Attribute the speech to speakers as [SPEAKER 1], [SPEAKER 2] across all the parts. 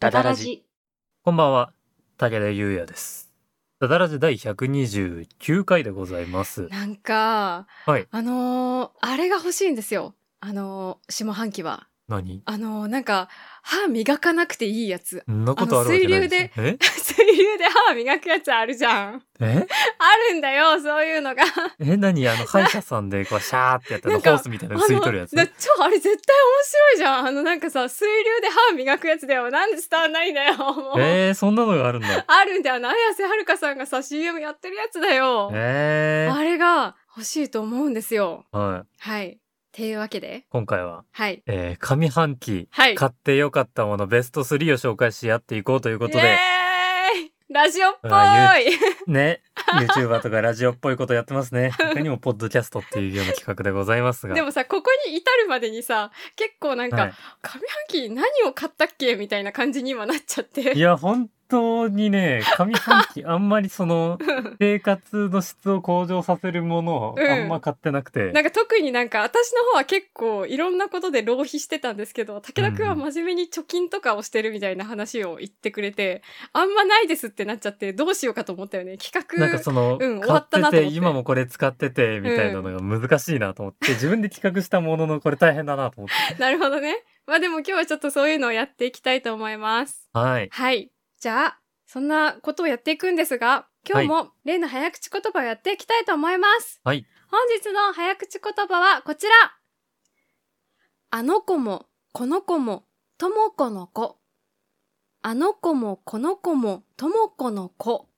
[SPEAKER 1] ダダラジ。
[SPEAKER 2] こんばんは、武田優也です。ダダラジ第129回でございます。
[SPEAKER 1] なんか、
[SPEAKER 2] はい
[SPEAKER 1] あのーあれが欲しいんですよ。あのー下半期は。
[SPEAKER 2] 何。
[SPEAKER 1] あのーなんか、歯磨かなくていいやつ
[SPEAKER 2] そんなことあるわけないすね。
[SPEAKER 1] 水流で歯磨くやつあるじゃん。
[SPEAKER 2] え
[SPEAKER 1] あるんだよ、そういうのが。
[SPEAKER 2] ええ何あの、歯医者さんで、こう、シャーってやった
[SPEAKER 1] な
[SPEAKER 2] の、
[SPEAKER 1] ん
[SPEAKER 2] ホ
[SPEAKER 1] か
[SPEAKER 2] ースみたいなの吸い取るやつ。
[SPEAKER 1] あのだ超あれ絶対面白いじゃん。あのなんかさ、水流で歯磨くやつだよ。なんで伝わんないんだよ。もう
[SPEAKER 2] えー、そんなのがあるん だ。
[SPEAKER 1] あるんだよ。綾瀬はるかさんがさ、CM やってるやつだよ。
[SPEAKER 2] え
[SPEAKER 1] あれが欲しいと思うんですよ。
[SPEAKER 2] ー、はい。
[SPEAKER 1] はい。っていうわけで、
[SPEAKER 2] 今回は、
[SPEAKER 1] はい。
[SPEAKER 2] えー、上半期、
[SPEAKER 1] はい。
[SPEAKER 2] 買ってよかったものベスト3を紹介し合っていこうということ
[SPEAKER 1] イエ
[SPEAKER 2] で、
[SPEAKER 1] ーイラジオっぽい
[SPEAKER 2] あね、YouTuber とかラジオっぽいことやってますね。他にも、ポッドキャストっていうような企画でございますが。
[SPEAKER 1] でもさ、ここに至るまでにさ、結構なんか、
[SPEAKER 2] はい
[SPEAKER 1] 上半期何を買ったっけみたいな感じに今なっちゃって。
[SPEAKER 2] いや、本当にね、上半 期、あんまりその、生活の質を向上させるものを
[SPEAKER 1] うん
[SPEAKER 2] あんま買ってなくて。
[SPEAKER 1] なんか特になんか私の方は結構いろんなことで浪費してたんですけど、武田くんは
[SPEAKER 2] うん
[SPEAKER 1] 真面目に貯金とかをしてるみたいな話を言ってくれて、あんまないですってなっちゃって、どうしようかと思ったよね。企画。
[SPEAKER 2] なんかその、
[SPEAKER 1] うん終
[SPEAKER 2] 買
[SPEAKER 1] わった
[SPEAKER 2] っ
[SPEAKER 1] な
[SPEAKER 2] て
[SPEAKER 1] と
[SPEAKER 2] て
[SPEAKER 1] 思って
[SPEAKER 2] 今もこれ使っててみたいなのが難しいなと思って、自分で企画したもののこれ大変だなと思って
[SPEAKER 1] なるほどね。まあでも今日はちょっとそういうのをやっていきたいと思います。
[SPEAKER 2] はい
[SPEAKER 1] はい。じゃあ、そんなことをやっていくんですが、今日も例の早口言葉をやっていきたいと思います。
[SPEAKER 2] はい。
[SPEAKER 1] 本日の早口言葉はこちら。あの子も、この子も、ともこの子。あの子も、この子も、ともこの子。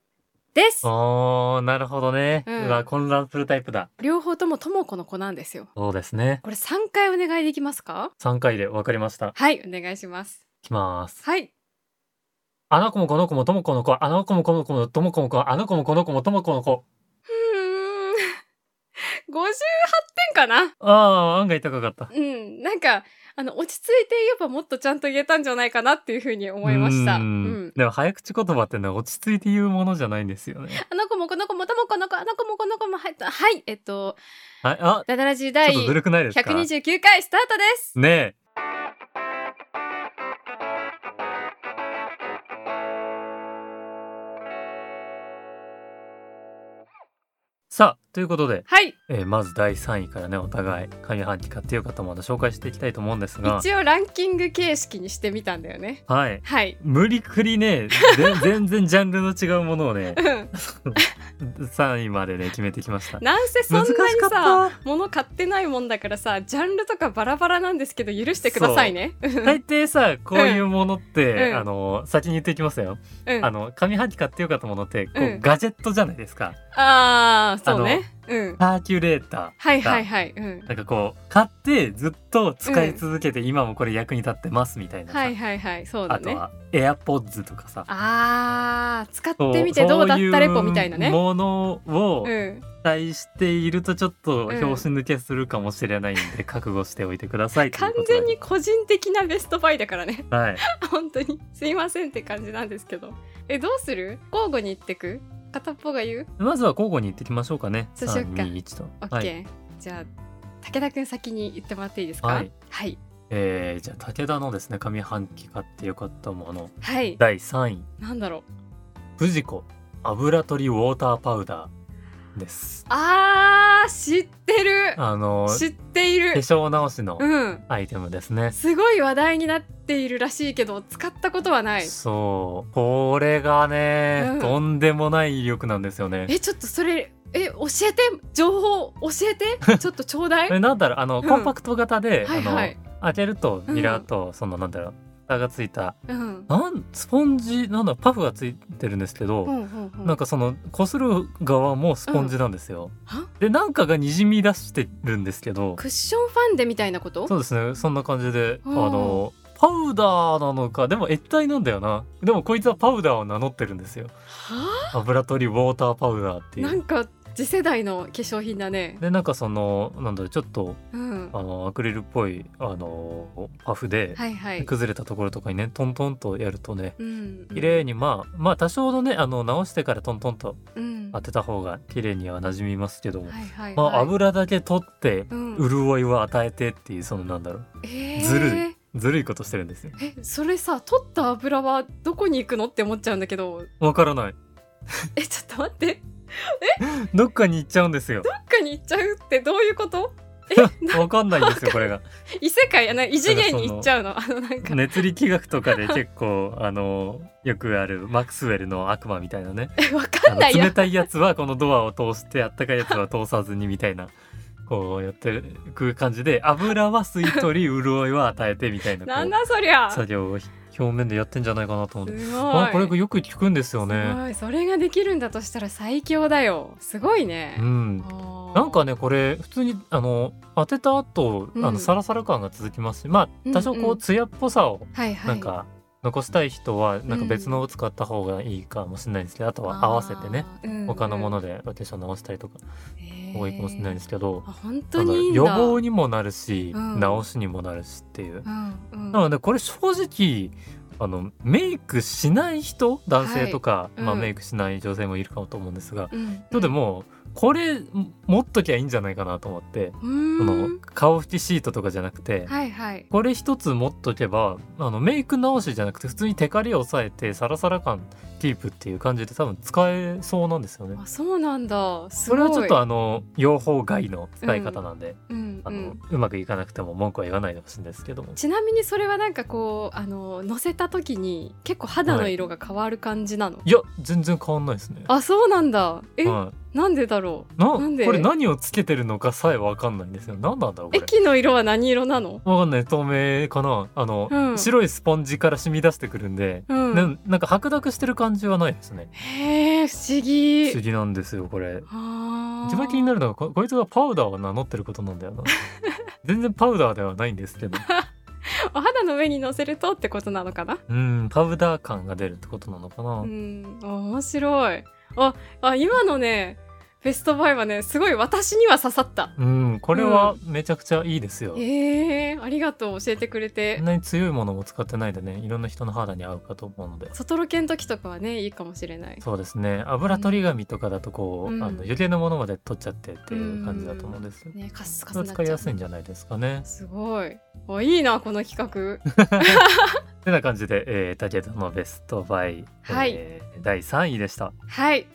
[SPEAKER 1] です。
[SPEAKER 2] おーなるほどね、う
[SPEAKER 1] うん
[SPEAKER 2] わ混乱するタイプだ
[SPEAKER 1] 両方ともともこの子なんですよ。
[SPEAKER 2] そうですね
[SPEAKER 1] これ3回お願いできますか
[SPEAKER 2] 3回で分かりましたい
[SPEAKER 1] はい、お願いします。
[SPEAKER 2] きます
[SPEAKER 1] はい。
[SPEAKER 2] あの子もこの子もともこの子あの子もこの子もともこの子あの子もこの子もともこの子
[SPEAKER 1] うーん 58点かな
[SPEAKER 2] ああ案外高かった
[SPEAKER 1] うん。なんか、あの、落ち着いて言えばもっとちゃんと言えたんじゃないかなっていうふうに思いました。
[SPEAKER 2] う
[SPEAKER 1] うんん。
[SPEAKER 2] でも早口言葉ってのは落ち着いて言うものじゃないんですよね。
[SPEAKER 1] あの子もこの子もともこの子、あの子もこの子も、はい、はい、えっと、
[SPEAKER 2] はい、あ、
[SPEAKER 1] ダダラジ
[SPEAKER 2] ちょ
[SPEAKER 1] 第
[SPEAKER 2] っとずるくないですか
[SPEAKER 1] 129回スタートです
[SPEAKER 2] ねえ。さあ、ということで、
[SPEAKER 1] はい。
[SPEAKER 2] えーまず第3位からね、お互い上半期買ってよかったもの紹介していきたいと思うんですが、
[SPEAKER 1] 一応ランキング形式にしてみたんだよね。
[SPEAKER 2] はい。
[SPEAKER 1] はい。
[SPEAKER 2] 無理くりね、ぜ全 然ジャンルの違うものをね
[SPEAKER 1] う、 ん。
[SPEAKER 2] 3位までね、決めてきました。
[SPEAKER 1] なんせそんなに
[SPEAKER 2] 難しか
[SPEAKER 1] さ、
[SPEAKER 2] った。
[SPEAKER 1] 物買ってないもんだからさ、ジャンルとかバラバラなんですけど許してくださいね。
[SPEAKER 2] 大抵さこういうものって、
[SPEAKER 1] うん
[SPEAKER 2] あの先に言っていきますよ、
[SPEAKER 1] うん。
[SPEAKER 2] あ
[SPEAKER 1] あ
[SPEAKER 2] の上半期買ってよかったものってこう、
[SPEAKER 1] うん
[SPEAKER 2] ガジェットじゃないですか
[SPEAKER 1] あー、そうね。うん。
[SPEAKER 2] サーキュレータ
[SPEAKER 1] はいはいはい。うん
[SPEAKER 2] ー。なんかこう買ってずっと使い続けて、今もこれ役に立ってますみたいなさ、
[SPEAKER 1] はいはいはい、そうだ
[SPEAKER 2] あと
[SPEAKER 1] ね。
[SPEAKER 2] はエアポッズとかさ
[SPEAKER 1] あー、使っ
[SPEAKER 2] そう
[SPEAKER 1] てみてどうだったレポみたいな
[SPEAKER 2] そう
[SPEAKER 1] ね。
[SPEAKER 2] うものを
[SPEAKER 1] うん。
[SPEAKER 2] 期待しているとちょっと
[SPEAKER 1] うん
[SPEAKER 2] 拍子抜けするかもしれないんで、覚悟しておいてくださいという
[SPEAKER 1] 完
[SPEAKER 2] ことで
[SPEAKER 1] 全に個人的なベストバイだからね。
[SPEAKER 2] はい
[SPEAKER 1] 本当に。すいませんって感じなんですけど。え、どうする交互に言ってく片っぽが言う
[SPEAKER 2] まずは交互に行ってきましょうかね
[SPEAKER 1] そうしよっか
[SPEAKER 2] 321と
[SPEAKER 1] ?OK、
[SPEAKER 2] はい
[SPEAKER 1] じゃあ、武田くん先に言ってもらっていいですか
[SPEAKER 2] はい。
[SPEAKER 1] はい。
[SPEAKER 2] えー、じゃあ武田のですね上半期買ってよかったもの
[SPEAKER 1] はい。
[SPEAKER 2] 第3位
[SPEAKER 1] なんだろう。
[SPEAKER 2] フジコ油取りウォーターパウダーです
[SPEAKER 1] あー、知ってる
[SPEAKER 2] あの
[SPEAKER 1] 知ってい
[SPEAKER 2] 化
[SPEAKER 1] る
[SPEAKER 2] 粧直しの
[SPEAKER 1] うん。
[SPEAKER 2] アイテムですね、
[SPEAKER 1] すごい話題になっているらしいけど、使ったことはない。
[SPEAKER 2] そうこれがね、
[SPEAKER 1] うん
[SPEAKER 2] とんでもない威力なんですよね
[SPEAKER 1] えちょっとそれえ教えて情報教 えてちょっとちょうだい
[SPEAKER 2] これなんだろうあの、
[SPEAKER 1] うん
[SPEAKER 2] コンパクト型で、
[SPEAKER 1] はいはい
[SPEAKER 2] あの開けるとミラーと、そのなんだろう蓋がついた
[SPEAKER 1] うん
[SPEAKER 2] なんスポンジなんだパフがついてるんですけど、
[SPEAKER 1] うんうんうん
[SPEAKER 2] なんかその擦る側もスポンジなんですよ。
[SPEAKER 1] うんは
[SPEAKER 2] でなんかがにじみ出してるんですけど
[SPEAKER 1] クッションファンデみたいなこと
[SPEAKER 2] そうですねそんな感じで、
[SPEAKER 1] うん
[SPEAKER 2] あのパウダーなのかでも液体なんだよなでもこいつはパウダーを名乗ってるんですよ
[SPEAKER 1] はあ
[SPEAKER 2] 油取りウォーターパウダーってい
[SPEAKER 1] な。
[SPEAKER 2] うん
[SPEAKER 1] か次世代の化粧品だね
[SPEAKER 2] でなんかそのなんだろうちょっと
[SPEAKER 1] うん
[SPEAKER 2] あのアクリルっぽいあのパフで、
[SPEAKER 1] はいはい
[SPEAKER 2] 崩れたところとかにねトントンとやるとね
[SPEAKER 1] うん
[SPEAKER 2] 綺麗にまあまあ多少のねあの直してからトントンと
[SPEAKER 1] うん
[SPEAKER 2] 当てた方が綺麗には馴染みますけども、
[SPEAKER 1] はいはいはい
[SPEAKER 2] まあ、油だけ取って
[SPEAKER 1] うん
[SPEAKER 2] 潤いを与えてっていうそのなんだろう
[SPEAKER 1] えー
[SPEAKER 2] ずるずるいことしてるんですよ
[SPEAKER 1] えそれさ取った油はどこに行くのって思っちゃうんだけど
[SPEAKER 2] わからない
[SPEAKER 1] えちょっと待って
[SPEAKER 2] どっかに行っちゃうんですよ
[SPEAKER 1] どっかに行っちゃうってどういうこと
[SPEAKER 2] わかんないんですよこれが
[SPEAKER 1] 異世界やな異次元に行っちゃうのあのなんか、
[SPEAKER 2] 熱力学とかで結構あのよくあるマクスウェルの悪魔みたいなね
[SPEAKER 1] わか
[SPEAKER 2] あ
[SPEAKER 1] ん
[SPEAKER 2] の
[SPEAKER 1] ないや
[SPEAKER 2] 冷たいやつはこのドアを通してあったかいやつは通さずにみたいなこうやってく感じで油は吸い取り潤いは与えてみたいなこう
[SPEAKER 1] なんだそりゃす
[SPEAKER 2] 作業を表面でやってんじゃないかなと思って
[SPEAKER 1] ごい
[SPEAKER 2] あこれよく聞くんですよ
[SPEAKER 1] す
[SPEAKER 2] ね
[SPEAKER 1] ごいそれができるんだとしたら最強だよすごいね
[SPEAKER 2] う、ん
[SPEAKER 1] あー
[SPEAKER 2] なんかねこれ普通にあの当てた後、
[SPEAKER 1] うん
[SPEAKER 2] あのサラサラ感が続きますしまあ多少
[SPEAKER 1] うん
[SPEAKER 2] こ
[SPEAKER 1] うん
[SPEAKER 2] うツヤっぽさを
[SPEAKER 1] はいはい
[SPEAKER 2] なんか残したい人はなんか別のを使った方がいいかもしれないんですけど、あとは合わせてね
[SPEAKER 1] あー、うんうん
[SPEAKER 2] 他のものでローテーション直したりとか多いかもしれないんですけど
[SPEAKER 1] へー、あ本
[SPEAKER 2] な
[SPEAKER 1] 当
[SPEAKER 2] んか
[SPEAKER 1] にいいんだ
[SPEAKER 2] 予防にもなるし、
[SPEAKER 1] うん
[SPEAKER 2] 直しにもなるしっていう。
[SPEAKER 1] うんうん
[SPEAKER 2] なのでこれ正直あのメイクしない人男性とか、
[SPEAKER 1] うん
[SPEAKER 2] まあ、メイクしない女性もいるかもと思うんですが、
[SPEAKER 1] うん
[SPEAKER 2] 人でもこれ持っときゃいいんじゃないかなと思って、
[SPEAKER 1] う
[SPEAKER 2] こ
[SPEAKER 1] ー
[SPEAKER 2] の
[SPEAKER 1] ん
[SPEAKER 2] 顔拭きシートとかじゃなくて、
[SPEAKER 1] はいはい
[SPEAKER 2] これ一つ持っとけばあのメイク直しじゃなくて普通にテカリを抑えてサラサラ感キープっていう感じで多分使えそうなんですよね
[SPEAKER 1] あ。そうなんだす
[SPEAKER 2] そ
[SPEAKER 1] ごい
[SPEAKER 2] れはちょっとあの用法外の使い方なんで、
[SPEAKER 1] うんう
[SPEAKER 2] あの
[SPEAKER 1] ん
[SPEAKER 2] うまくいかなくても文句は言わないでほしいんですけども
[SPEAKER 1] ちなみにそれはなんかこうあの乗せた時に結構肌の色が変わる感じなの、
[SPEAKER 2] いや全然変わんないですね。
[SPEAKER 1] あそうなんだえ、
[SPEAKER 2] はい、
[SPEAKER 1] なんでだろ
[SPEAKER 2] な
[SPEAKER 1] なんで
[SPEAKER 2] これ何をつけてるのかさえわかんないんですよ。何なんだろうこ
[SPEAKER 1] う
[SPEAKER 2] れ。
[SPEAKER 1] 駅の色は何色なの
[SPEAKER 2] わかんない透明かなあの、
[SPEAKER 1] うん
[SPEAKER 2] 白いスポンジから染み出してくるんで、
[SPEAKER 1] うん
[SPEAKER 2] ななんか白濁してる感じはないですね。
[SPEAKER 1] へえ不思
[SPEAKER 2] 不
[SPEAKER 1] 議
[SPEAKER 2] 思議なんですよこれ。
[SPEAKER 1] あ
[SPEAKER 2] 一番気にな
[SPEAKER 1] る
[SPEAKER 2] るのはここいつがパウダーを名乗ってることなんだよ な全然パウダーではないんですけど
[SPEAKER 1] お肌の上に乗せるとってことなのかな
[SPEAKER 2] うんパウダー感が出るってことなのかな、
[SPEAKER 1] うんあ面白いああ今のねベストバイはねすごい私には刺さった
[SPEAKER 2] うん、これはめちゃくちゃいいですよ、
[SPEAKER 1] えー、ありがとう教えてくれて
[SPEAKER 2] そんなに強いものも使ってないでねいろんな人の肌に合うかと思うので
[SPEAKER 1] 外ロケの時とかはねいいかもしれない
[SPEAKER 2] そうですね油取り紙とかだとこう、
[SPEAKER 1] うん
[SPEAKER 2] あの余計なものまで取っちゃってっていう感じだと思うんですよ、
[SPEAKER 1] ねカスカ
[SPEAKER 2] それは
[SPEAKER 1] スになっ
[SPEAKER 2] 使い
[SPEAKER 1] ちゃう
[SPEAKER 2] やすいんじゃないですかね。
[SPEAKER 1] すごいおいいなこの企画
[SPEAKER 2] てな感じで、えー、武田のベストバイ、
[SPEAKER 1] はい
[SPEAKER 2] えー第3位でした。
[SPEAKER 1] はい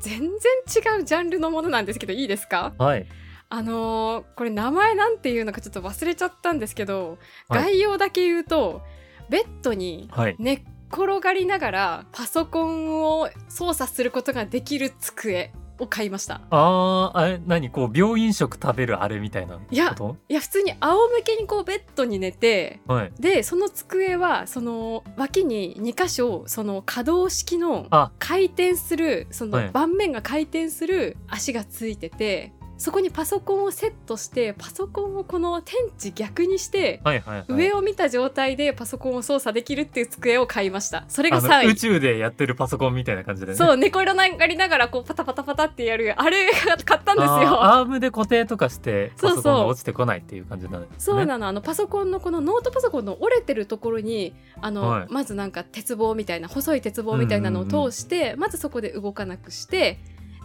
[SPEAKER 1] 全然違うジャンルのものなんですけどいいですか
[SPEAKER 2] はい。
[SPEAKER 1] あのーこれ名前なんていうのかちょっと忘れちゃったんですけど、
[SPEAKER 2] はい
[SPEAKER 1] 概要だけ言うとベッドに
[SPEAKER 2] はい。
[SPEAKER 1] 寝っ転がりながらパソコンを操作することができる机を買いました
[SPEAKER 2] あーあれ何こう病院食食べるあれみたいなこと
[SPEAKER 1] いやいや普通に仰向けにこうベッドに寝て
[SPEAKER 2] はい
[SPEAKER 1] でその机はその脇に2箇所その可動式の
[SPEAKER 2] あ
[SPEAKER 1] 回転するそ
[SPEAKER 2] は
[SPEAKER 1] の
[SPEAKER 2] い
[SPEAKER 1] 盤面が回転する足がついてて、そこにパソコンをセットしてパソコンをこの天地逆にして
[SPEAKER 2] はいはい、はい、
[SPEAKER 1] 上を見た状態でパソコンを操作できるっていう机を買いましたそれが
[SPEAKER 2] あの宇
[SPEAKER 1] 3位
[SPEAKER 2] 宙でやってるパソコンみたいな感じでね
[SPEAKER 1] そう猫色ながりながらこうパタパタパタってやるあれが買ったんですよ
[SPEAKER 2] あーアームで固定とかして
[SPEAKER 1] そ
[SPEAKER 2] パ
[SPEAKER 1] うそ
[SPEAKER 2] ソ
[SPEAKER 1] う
[SPEAKER 2] コンが落ちてこないっていう感じなんですね
[SPEAKER 1] そうなのあのパソコンのこのノートパソコンの折れてるところにあの、
[SPEAKER 2] はい
[SPEAKER 1] まずなんか鉄棒みたいな細い鉄棒みたいなのを通して、まずそこで動かなくして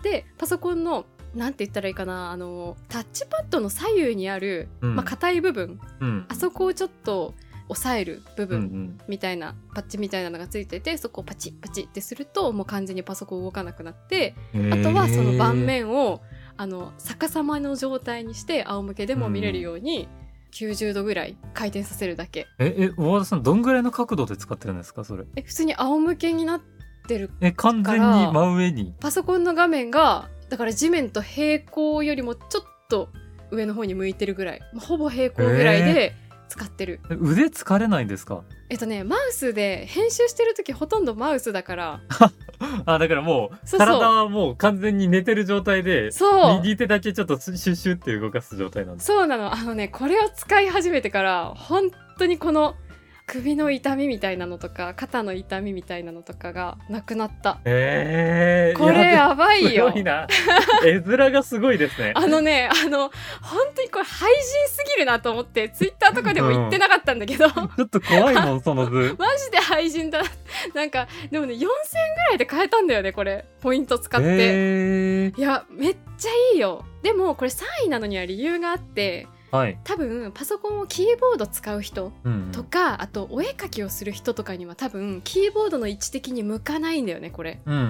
[SPEAKER 1] でパソコンのなんて言ったらいいかなあのタッチパッドの左右にある、
[SPEAKER 2] うん
[SPEAKER 1] まあ硬い部分
[SPEAKER 2] うん
[SPEAKER 1] あそこをちょっと押さえる部
[SPEAKER 2] うんう
[SPEAKER 1] 分
[SPEAKER 2] ん
[SPEAKER 1] みたいなパッチみたいなのがついててそこをパチッパチッってするともう完全にパソコン動かなくなってあとはその盤面をあの逆さまの状態にして仰向けでも見れるように90度ぐらい回転させるだけ
[SPEAKER 2] えーええ大和田さんどんぐらいの角度で使ってるんですかそれ
[SPEAKER 1] え普通に仰向けになってる
[SPEAKER 2] え完全に真上に
[SPEAKER 1] パソコンの画面がだから地面と平行よりもちょっと上の方に向いてるぐらいまあほぼ平行ぐらいで使ってる、
[SPEAKER 2] え腕疲れないんですか
[SPEAKER 1] えっとねマウスで編集してる時ほとんどマウスだから
[SPEAKER 2] あだからもう
[SPEAKER 1] そうそう
[SPEAKER 2] 体はもう完全に寝てる状態で
[SPEAKER 1] そう
[SPEAKER 2] 右手だけちょっとシュッシュッって動かす状態なんです
[SPEAKER 1] そうなのあのねこれを使い始めてから本当にこの首の痛みみたいなのとか肩の痛みみたいなのとかがなくなった
[SPEAKER 2] えー、
[SPEAKER 1] これ
[SPEAKER 2] や
[SPEAKER 1] やばい
[SPEAKER 2] すご
[SPEAKER 1] よ
[SPEAKER 2] いな絵面がすごいですね
[SPEAKER 1] あのねあの本当にこれ配信すぎるなと思ってツイッターとかでも言ってなかったんだけど、
[SPEAKER 2] ちょっと怖いもん、その図。
[SPEAKER 1] マジで配信だなんかでもね4000ぐらいで買えたんだよねこれポイント 使って、
[SPEAKER 2] えー
[SPEAKER 1] いやめっちゃいいよでもこれ3位なのには理由があって
[SPEAKER 2] はい。
[SPEAKER 1] 多分パソコンをキーボード使う人
[SPEAKER 2] うんうん
[SPEAKER 1] とかあとお絵描きをする人とかには多分キーボードの位置的に向かないんだよねこれ。
[SPEAKER 2] うんうんうん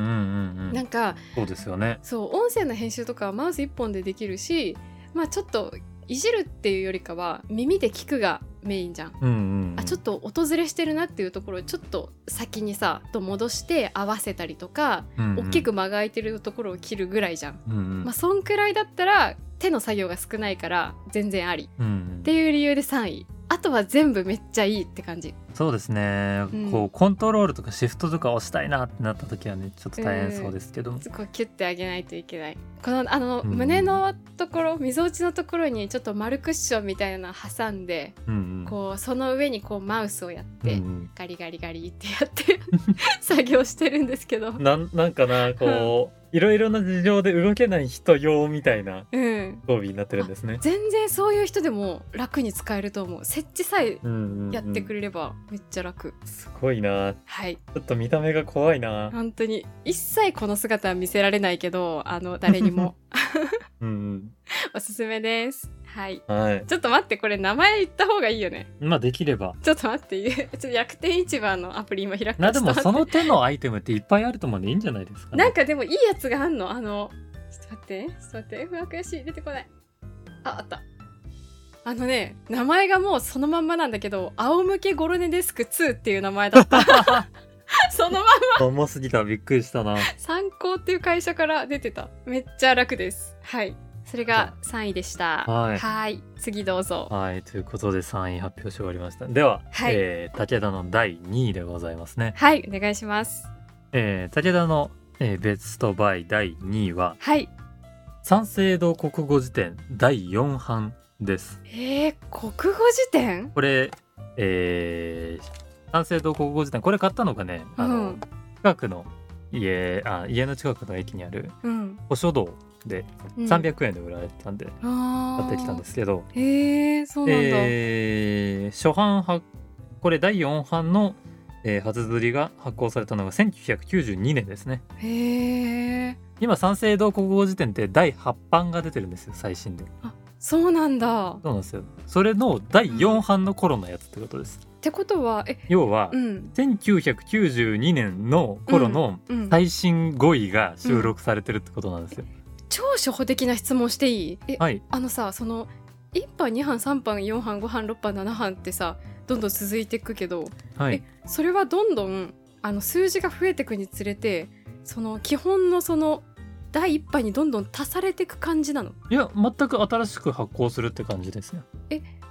[SPEAKER 2] う
[SPEAKER 1] なんんか
[SPEAKER 2] そうですよね。
[SPEAKER 1] そう音声の編集とかはマウス1本でできるしまあちょっといじるっていうよりかは耳で聞くがメインじゃん。
[SPEAKER 2] うんうんうん。
[SPEAKER 1] あちょっと訪れしてるなっていうところをちょっと先にさと戻して合わせたりとか
[SPEAKER 2] うんうん
[SPEAKER 1] 大きく間が空いてるところを切るぐらいじゃん。
[SPEAKER 2] うんうん
[SPEAKER 1] まあそんくらいだったら手の作業が少ないから全然あり
[SPEAKER 2] うんうん
[SPEAKER 1] っていう理由で3位あとは全部めっちゃいいって感じ
[SPEAKER 2] そうですね、
[SPEAKER 1] うん
[SPEAKER 2] こうコントロールとかシフトとか押したいなってなった時はねちょっと大変そうですけど、
[SPEAKER 1] こうキュッてあげないといけないこのあの、
[SPEAKER 2] うん
[SPEAKER 1] 胸のところみぞおちのところにちょっと丸クッションみたいなの挟んで
[SPEAKER 2] うんうん
[SPEAKER 1] こうその上にこうマウスをやって、
[SPEAKER 2] うん
[SPEAKER 1] ガリガリガリってやって 作業してるんですけど
[SPEAKER 2] うん、なんなんかなこ ういろいろな事情で動けない人用みたいな
[SPEAKER 1] うん
[SPEAKER 2] 装備になってるんですね。
[SPEAKER 1] 全然そういう人でも楽に使えると思う設置さえやってく
[SPEAKER 2] る
[SPEAKER 1] れればめっちゃ楽、
[SPEAKER 2] すごいなち
[SPEAKER 1] はい
[SPEAKER 2] ょっと見た目が怖いな、
[SPEAKER 1] 本当に一切この姿は見せられないけどあの誰 にも
[SPEAKER 2] うん
[SPEAKER 1] おすすめですはい
[SPEAKER 2] うん、はい
[SPEAKER 1] ちょっと待ってこれ名前言った方がいいよね
[SPEAKER 2] まあできれば
[SPEAKER 1] ちょっと待って 言うちょっと楽天市場のアプリ今開く
[SPEAKER 2] なでもそ
[SPEAKER 1] ちょっと待っ
[SPEAKER 2] の手のアイテムっていっぱいあると思うんでいいんじゃないですか、
[SPEAKER 1] て
[SPEAKER 2] ね、
[SPEAKER 1] なんかでもいいやつがあんのあのちょっと待ってちょっと待ってうわ悔しい出てこないああったあのね名前がもうそのまんまなんだけど仰向けゴロネデスク2っていう名前 だったそのまんま
[SPEAKER 2] 重すぎたびっくりしたな
[SPEAKER 1] 参考っていう会社から出てためっちゃ楽ですはいそれが3位でした
[SPEAKER 2] はい
[SPEAKER 1] い次どうぞ
[SPEAKER 2] はいということで3位発表して終わりましたでは、
[SPEAKER 1] はい
[SPEAKER 2] えー武田の第2位でございますね
[SPEAKER 1] はいお願いします
[SPEAKER 2] えー武田の、えーベストバイ第2位は
[SPEAKER 1] はい
[SPEAKER 2] 三省堂国語辞典第4版です
[SPEAKER 1] えー、国語辞典
[SPEAKER 2] これ、えー三省堂国語辞典これ買ったのがねあの、
[SPEAKER 1] うん
[SPEAKER 2] 近くの家あ家の近くの駅にある
[SPEAKER 1] うん、
[SPEAKER 2] 古書堂で
[SPEAKER 1] うん、
[SPEAKER 2] 300円で売られてたんで買
[SPEAKER 1] 買
[SPEAKER 2] ってきたんですすけど、
[SPEAKER 1] へえー、そうなんだ、
[SPEAKER 2] えー初版はこれ第4版の、えー初刷りが発行されたのが1992年ですね
[SPEAKER 1] へえ
[SPEAKER 2] 今三省堂国語辞典って第8版が出てるんですよ最新で
[SPEAKER 1] そうなんだ
[SPEAKER 2] そ
[SPEAKER 1] っ
[SPEAKER 2] うなんですよそれの第4版の頃のやつってことです、
[SPEAKER 1] てことはえ
[SPEAKER 2] 要は、
[SPEAKER 1] うん
[SPEAKER 2] 1992年の頃の
[SPEAKER 1] うん
[SPEAKER 2] 最新5位が収録されてるってことなんですよ、
[SPEAKER 1] 超初歩的な質問していいえ、
[SPEAKER 2] はい
[SPEAKER 1] あのさその1班2班3班4班5班6班7班ってさどんどん続いていくけど
[SPEAKER 2] はい
[SPEAKER 1] えそれはどんどんあの数字が増えていくにつれてその基本のその第一波にどんどん足されていく感じなの
[SPEAKER 2] いや全く新しく発行するって感じですね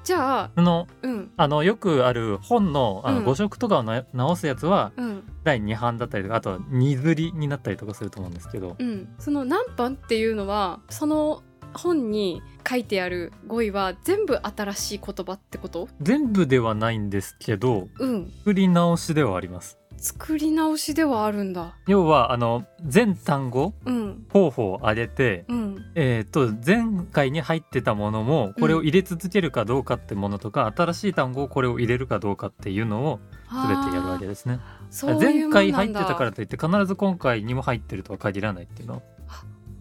[SPEAKER 1] じゃあ
[SPEAKER 2] その
[SPEAKER 1] うん
[SPEAKER 2] あのよくある本のあ
[SPEAKER 1] う
[SPEAKER 2] の
[SPEAKER 1] ん
[SPEAKER 2] 誤色とかをな直すやつは
[SPEAKER 1] うん
[SPEAKER 2] 第2版だったりとかあとは2刷りになったりとかすると思うんですけど
[SPEAKER 1] うんその何番っていうのはその本に書いてある語彙は全部新しい言葉ってこと
[SPEAKER 2] 全部ではないんですけど
[SPEAKER 1] うん
[SPEAKER 2] 作り直しではあります
[SPEAKER 1] 作り直しではあるんだ
[SPEAKER 2] 要はあの全単語
[SPEAKER 1] うん
[SPEAKER 2] 候補を挙げて、
[SPEAKER 1] うん
[SPEAKER 2] えー、と前回に入ってたものもこれを入れ続けるかどうかってものとか、新しい単語をこれを入れるかどうかっていうのを全てやるわけ
[SPEAKER 1] あー
[SPEAKER 2] ですね。
[SPEAKER 1] そういう
[SPEAKER 2] 前
[SPEAKER 1] もん
[SPEAKER 2] 回
[SPEAKER 1] な
[SPEAKER 2] 入っ
[SPEAKER 1] ん
[SPEAKER 2] て
[SPEAKER 1] だ
[SPEAKER 2] たからといって必ず今回にも入ってるとは限らないっていうの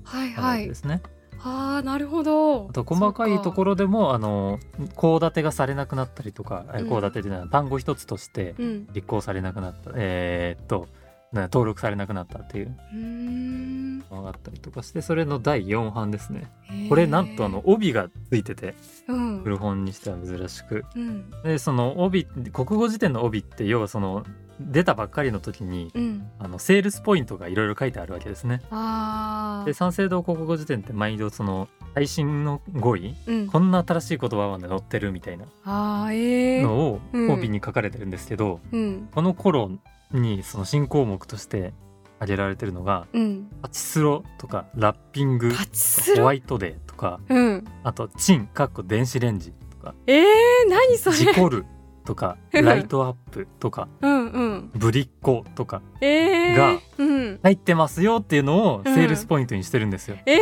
[SPEAKER 1] はい
[SPEAKER 2] があ
[SPEAKER 1] は
[SPEAKER 2] るん
[SPEAKER 1] い
[SPEAKER 2] ですね。
[SPEAKER 1] あーなるほど
[SPEAKER 2] あと細かいとこ
[SPEAKER 1] ろ
[SPEAKER 2] ろでもあの項立てがされなくなったりとかえ
[SPEAKER 1] うん
[SPEAKER 2] 項立てっていうのは単語一つとして
[SPEAKER 1] うん
[SPEAKER 2] 立候補されなくなった、えーっとな登録されなくなったっていう
[SPEAKER 1] うーん
[SPEAKER 2] のがあったりとかしてそれの第4版ですね。これなんとあの帯がついてて
[SPEAKER 1] うん
[SPEAKER 2] 古本にしては珍しく
[SPEAKER 1] うん
[SPEAKER 2] でその帯国語辞典の帯って要はその出たばっかりの時に
[SPEAKER 1] うん
[SPEAKER 2] あのセールスポイントがいろいろ書いてあるわけですね。
[SPEAKER 1] あ
[SPEAKER 2] で
[SPEAKER 1] ー
[SPEAKER 2] 三省堂国語辞典って毎度その最新の語彙
[SPEAKER 1] うん
[SPEAKER 2] こんな新しい言葉まで載ってるみたいな
[SPEAKER 1] あーえー、
[SPEAKER 2] のを
[SPEAKER 1] うん
[SPEAKER 2] 帯に書かれてるんですけど、
[SPEAKER 1] うん
[SPEAKER 2] この頃にその新項目として挙げられてるのが
[SPEAKER 1] うん
[SPEAKER 2] パチスロとかラッピング
[SPEAKER 1] パチス
[SPEAKER 2] ホ
[SPEAKER 1] ロ
[SPEAKER 2] ワイトデーとか
[SPEAKER 1] うん
[SPEAKER 2] あとチンかっこ電子レンジとか
[SPEAKER 1] えー、何そ
[SPEAKER 2] 事
[SPEAKER 1] れ
[SPEAKER 2] 故ると かライトアップとか
[SPEAKER 1] うんうん
[SPEAKER 2] ぶりっ子とか
[SPEAKER 1] えー、
[SPEAKER 2] が
[SPEAKER 1] うん
[SPEAKER 2] 入ってますよっていうのを
[SPEAKER 1] うん
[SPEAKER 2] セールスポイントにしてるんですよ。
[SPEAKER 1] え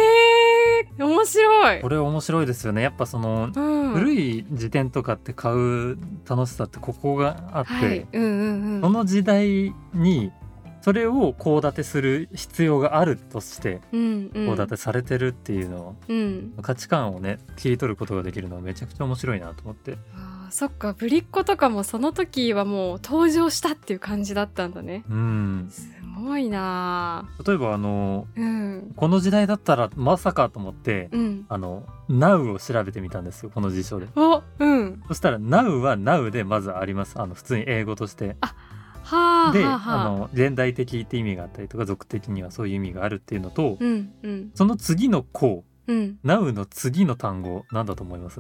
[SPEAKER 1] ー、面白い
[SPEAKER 2] これ面白いですよねやっぱその
[SPEAKER 1] うん
[SPEAKER 2] 古い辞典とかって買う楽しさってここがあって、
[SPEAKER 1] はいうんうんうん
[SPEAKER 2] その時代にそれをこう立てする必要があるとして
[SPEAKER 1] うんうん
[SPEAKER 2] こう立てされてるっていうのを、
[SPEAKER 1] うん
[SPEAKER 2] 価値観をね切り取ることができるのはめちゃくちゃ面白いなと思って
[SPEAKER 1] あーそっかぶりっ子とかもその時はもう登場したっていう感じだったんだね
[SPEAKER 2] うん
[SPEAKER 1] すごいな
[SPEAKER 2] 例えばあの
[SPEAKER 1] あうん
[SPEAKER 2] この時代だったらまさかと思って、
[SPEAKER 1] うん
[SPEAKER 2] あの Now を調べてみたんですよこの辞書で
[SPEAKER 1] おうん
[SPEAKER 2] そしたら Now は Now でまずありますあの普通に英語として
[SPEAKER 1] はあ
[SPEAKER 2] で
[SPEAKER 1] はあは
[SPEAKER 2] あ
[SPEAKER 1] あ
[SPEAKER 2] の現代的って意味があったりとか俗的にはそういう意味があるっていうのと
[SPEAKER 1] うんうん
[SPEAKER 2] その次の「こ
[SPEAKER 1] うん
[SPEAKER 2] う」Now の次の単語なんだと思います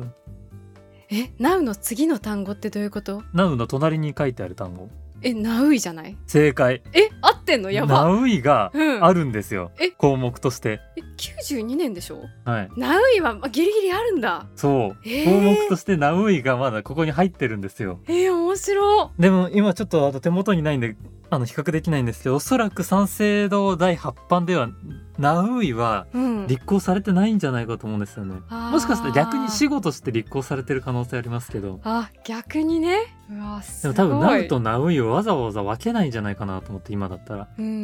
[SPEAKER 1] えナウの次の単語ってどういうこと
[SPEAKER 2] ?Now の隣に書いてある単語
[SPEAKER 1] えナウイじゃない
[SPEAKER 2] 正解
[SPEAKER 1] え合ってんのやば
[SPEAKER 2] Now いが
[SPEAKER 1] うん
[SPEAKER 2] あるんですよ、
[SPEAKER 1] え
[SPEAKER 2] 項目として
[SPEAKER 1] え92年でしょ
[SPEAKER 2] はい
[SPEAKER 1] ナウイはあギリギリあるんだ
[SPEAKER 2] そう、
[SPEAKER 1] えー
[SPEAKER 2] 項目として Now いがまだここに入ってるんですよ
[SPEAKER 1] えー、面白
[SPEAKER 2] でも今ちょっとあの手元にないんであの比較できないんですけどおそらく三省堂第8版ではナウイは
[SPEAKER 1] うん
[SPEAKER 2] 立候補されてないんじゃないかと思うんですよね。
[SPEAKER 1] あー
[SPEAKER 2] もしかしたら逆に死後として立候補されてる可能性ありますけど
[SPEAKER 1] あ逆にねうわす
[SPEAKER 2] で
[SPEAKER 1] ごい
[SPEAKER 2] も多分ナウとナウイをわざわざ分けないんじゃないかなと思って今だったら。
[SPEAKER 1] うんうんう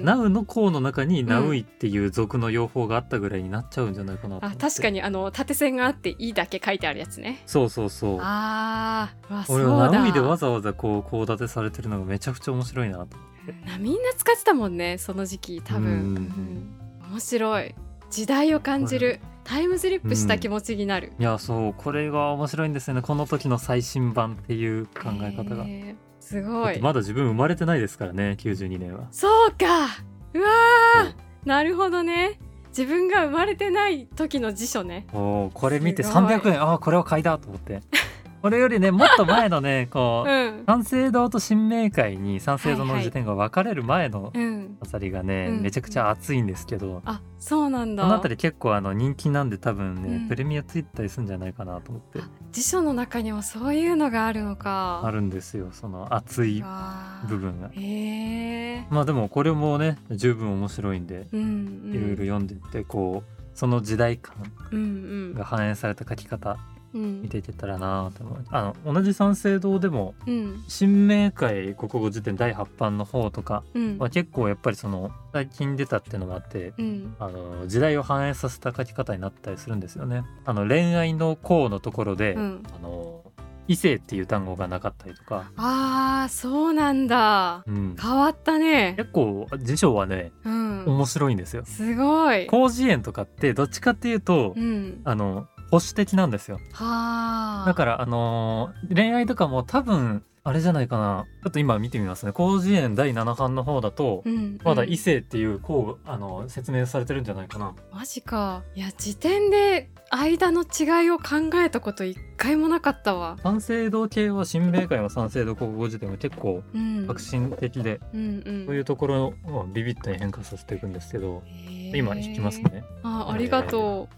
[SPEAKER 1] ん
[SPEAKER 2] ナウの項の中にナウイっていう俗の用法があったぐらいになっちゃうんじゃないかなと思っ
[SPEAKER 1] あ
[SPEAKER 2] て、
[SPEAKER 1] 確かにあの縦線があって「い」だけ書いてあるやつね
[SPEAKER 2] そうそうそう
[SPEAKER 1] あーうわそう
[SPEAKER 2] 俺
[SPEAKER 1] だ
[SPEAKER 2] はナウイでわざわざこう講立てされてるのがめちゃくちゃ面白いなと
[SPEAKER 1] なみんな使ってたもんねその時期多分、
[SPEAKER 2] うん
[SPEAKER 1] うん面白い時代を感じるタイムスリップした気持ちになる、
[SPEAKER 2] いやそうこれが面白いんですよねこの時の最新版っていう考え方が、
[SPEAKER 1] へーす
[SPEAKER 2] だ
[SPEAKER 1] ご
[SPEAKER 2] って
[SPEAKER 1] い
[SPEAKER 2] まだ自分生まれてないですからね92年は
[SPEAKER 1] そうかうわ
[SPEAKER 2] そ
[SPEAKER 1] ーなるほどね自分が生まれてない時の辞書ね
[SPEAKER 2] うおーこれ見て
[SPEAKER 1] すごい
[SPEAKER 2] 300円ああこれは買いだと思ってこれよりねもっと前の ねこ
[SPEAKER 1] う
[SPEAKER 2] うん三省堂と神明会に三省堂の辞典が分かれる前の
[SPEAKER 1] うん
[SPEAKER 2] あたりがね、
[SPEAKER 1] うん
[SPEAKER 2] めちゃくちゃ熱いんですけど、
[SPEAKER 1] あそうなん
[SPEAKER 2] こ
[SPEAKER 1] だ
[SPEAKER 2] のあたり結構あの人気なんで多分ね、
[SPEAKER 1] うん
[SPEAKER 2] プレミアついたりするんじゃないかなと思って
[SPEAKER 1] 辞書の中にもそういうのがあるのか
[SPEAKER 2] あるんですよその熱い
[SPEAKER 1] わー
[SPEAKER 2] 部分が。
[SPEAKER 1] へえ
[SPEAKER 2] まあでもこれもね十分面白いんで
[SPEAKER 1] うんうん
[SPEAKER 2] いろいろ読んでいってこうその時代感
[SPEAKER 1] うん
[SPEAKER 2] が反映された書き方
[SPEAKER 1] うんうん
[SPEAKER 2] 見ていけたらなと思うあの同じ三省堂でも
[SPEAKER 1] う
[SPEAKER 2] 「
[SPEAKER 1] ん
[SPEAKER 2] 新明会国語辞典第8版」の方とか
[SPEAKER 1] うん
[SPEAKER 2] は結構やっぱりその最近出たっていうのもあって。
[SPEAKER 1] うん
[SPEAKER 2] あの時代を反映させた書き方になったりするんですよね。あの恋愛の項のところで、
[SPEAKER 1] うん
[SPEAKER 2] あの異性っていう単語がなかったりとか、
[SPEAKER 1] あーそうなんだ
[SPEAKER 2] うん、
[SPEAKER 1] 変わったね
[SPEAKER 2] 結構辞書はね
[SPEAKER 1] うん
[SPEAKER 2] 面白いんですよ。
[SPEAKER 1] すごい
[SPEAKER 2] 広辞苑とかってどっちかっていうと、
[SPEAKER 1] うん
[SPEAKER 2] あの保守的なんですよ
[SPEAKER 1] はあ
[SPEAKER 2] だからあのー恋愛とかも多分あれじゃないかなちょっと今見てみますね広辞苑第7版の方だと、
[SPEAKER 1] うん
[SPEAKER 2] まだ異性っていうこうあの説明されてるんじゃないかな
[SPEAKER 1] マジかいや時点で間の違いを考えたこと一回もなかったわ
[SPEAKER 2] 三省堂系は新明解も三省堂国語辞典も結構
[SPEAKER 1] うん
[SPEAKER 2] 革新的で、
[SPEAKER 1] うんうん
[SPEAKER 2] そういうところをビビッとに変化させていくんですけど、今
[SPEAKER 1] へー
[SPEAKER 2] 引きますね
[SPEAKER 1] あありがと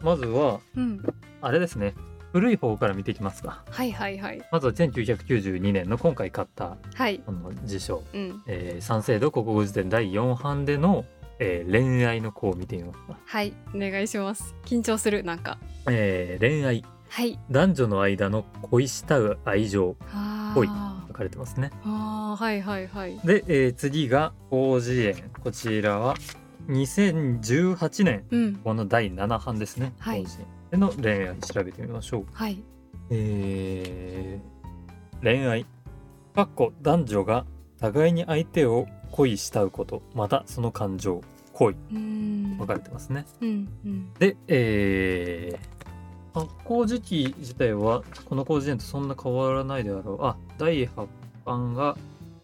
[SPEAKER 2] まずは
[SPEAKER 1] ううん
[SPEAKER 2] あれですね古い方から見ていきますか
[SPEAKER 1] はいはいはい
[SPEAKER 2] まずは1992年の今回買った
[SPEAKER 1] はい
[SPEAKER 2] この辞書
[SPEAKER 1] うん
[SPEAKER 2] えー、三省堂国語辞典第4版での、えー恋愛の項を見てみますか、
[SPEAKER 1] はいお願いします緊張するなんか
[SPEAKER 2] えー恋愛
[SPEAKER 1] はい
[SPEAKER 2] 男女の間の恋したう愛情
[SPEAKER 1] あ
[SPEAKER 2] ほい
[SPEAKER 1] あ
[SPEAKER 2] 書かれてますね
[SPEAKER 1] あーはいはいはい
[SPEAKER 2] で、えー次が広辞苑こちらは2018年
[SPEAKER 1] うん
[SPEAKER 2] この第7版ですね、
[SPEAKER 1] はい
[SPEAKER 2] 広辞苑での恋愛調べてみましょう、
[SPEAKER 1] はい
[SPEAKER 2] えー恋愛かっこ男女が互いに相手を恋したうことまたその感情恋
[SPEAKER 1] うーん
[SPEAKER 2] 分かれてますね
[SPEAKER 1] うんうん
[SPEAKER 2] で、えー発行時期自体はこの工事園とそんな変わらないであろう。あ、第8版が、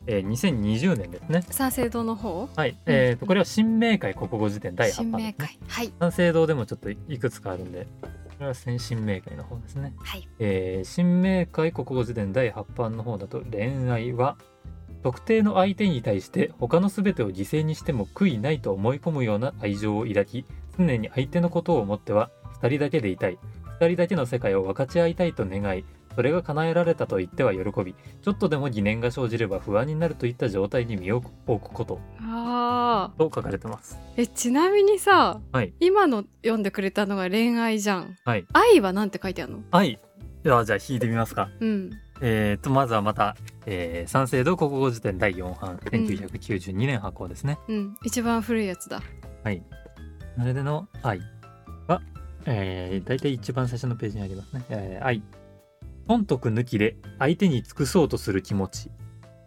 [SPEAKER 2] えー2020年ですね。
[SPEAKER 1] 三省堂の方
[SPEAKER 2] はい。えーと、これは新明解国語辞典第8
[SPEAKER 1] 新
[SPEAKER 2] 版
[SPEAKER 1] 明
[SPEAKER 2] です、ね。
[SPEAKER 1] 会はい
[SPEAKER 2] 三省堂でもちょっといくつかあるんで、これは先新明解の方ですね。
[SPEAKER 1] はい
[SPEAKER 2] えー新明解国語辞典第8版の方だと恋愛は特定の相手に対して他の全てを犠牲にしても悔いないと思い込むような愛情を抱き常に相手のことを思っては2人だけでいたい2人だけの世界を分かち合いたいと願いそれが叶えられたと言っては喜びちょっとでも疑念が生じれば不安になるといった状態に身を置くこと
[SPEAKER 1] あ
[SPEAKER 2] と書かれてます
[SPEAKER 1] ーえちなみにさ、
[SPEAKER 2] はい
[SPEAKER 1] 今の読んでくれたのが恋愛じゃん
[SPEAKER 2] はい
[SPEAKER 1] 愛はなんて書いてあるの
[SPEAKER 2] はいではじゃあ引いてみますか
[SPEAKER 1] うん
[SPEAKER 2] えー、とまずはまた、えー、三省堂国語辞典第4版1992年発行ですね、
[SPEAKER 1] うん一番古いやつだ
[SPEAKER 2] あれでの「愛」は、えー、大体一番最初のページにありますね「えー、愛」「損得抜きで相手に尽くそうとする気持ち」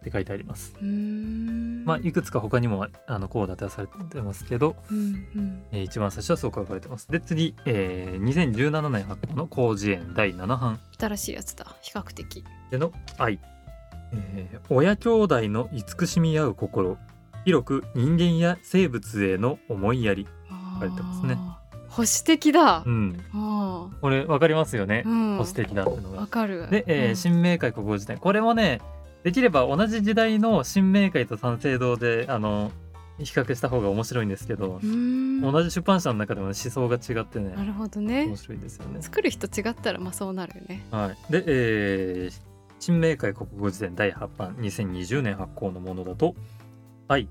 [SPEAKER 2] って書いてあります
[SPEAKER 1] うーん
[SPEAKER 2] まあいくつか他にもあのこう立てはされてますけど、
[SPEAKER 1] うんうん
[SPEAKER 2] えー一番最初はそう書かれてますで次、えー、2017年発行の「広辞苑第7版」
[SPEAKER 1] 新しいやつだ比較的
[SPEAKER 2] での愛、えー親兄弟の慈しみ合う心広く人間や生物への思いやり
[SPEAKER 1] 書
[SPEAKER 2] 書いてますね
[SPEAKER 1] 保守的だ
[SPEAKER 2] う、ん
[SPEAKER 1] あ
[SPEAKER 2] これわかりますよね
[SPEAKER 1] ー、うん
[SPEAKER 2] 保守的なっての
[SPEAKER 1] わ
[SPEAKER 2] が
[SPEAKER 1] かる
[SPEAKER 2] で、えー
[SPEAKER 1] うん
[SPEAKER 2] 新明解国語辞典これもねできれば同じ時代の新明解と三省堂であの比較した方が面白いんですけど
[SPEAKER 1] う、ーん
[SPEAKER 2] 同じ出版社の中でも、ね、思想が違って
[SPEAKER 1] な
[SPEAKER 2] ね
[SPEAKER 1] るほど
[SPEAKER 2] 面
[SPEAKER 1] ね
[SPEAKER 2] 白いですよね
[SPEAKER 1] 作る人違ったらまあそうなるよね
[SPEAKER 2] はい、で、えー新明解国語辞典第8版2020年発行のものだと「愛」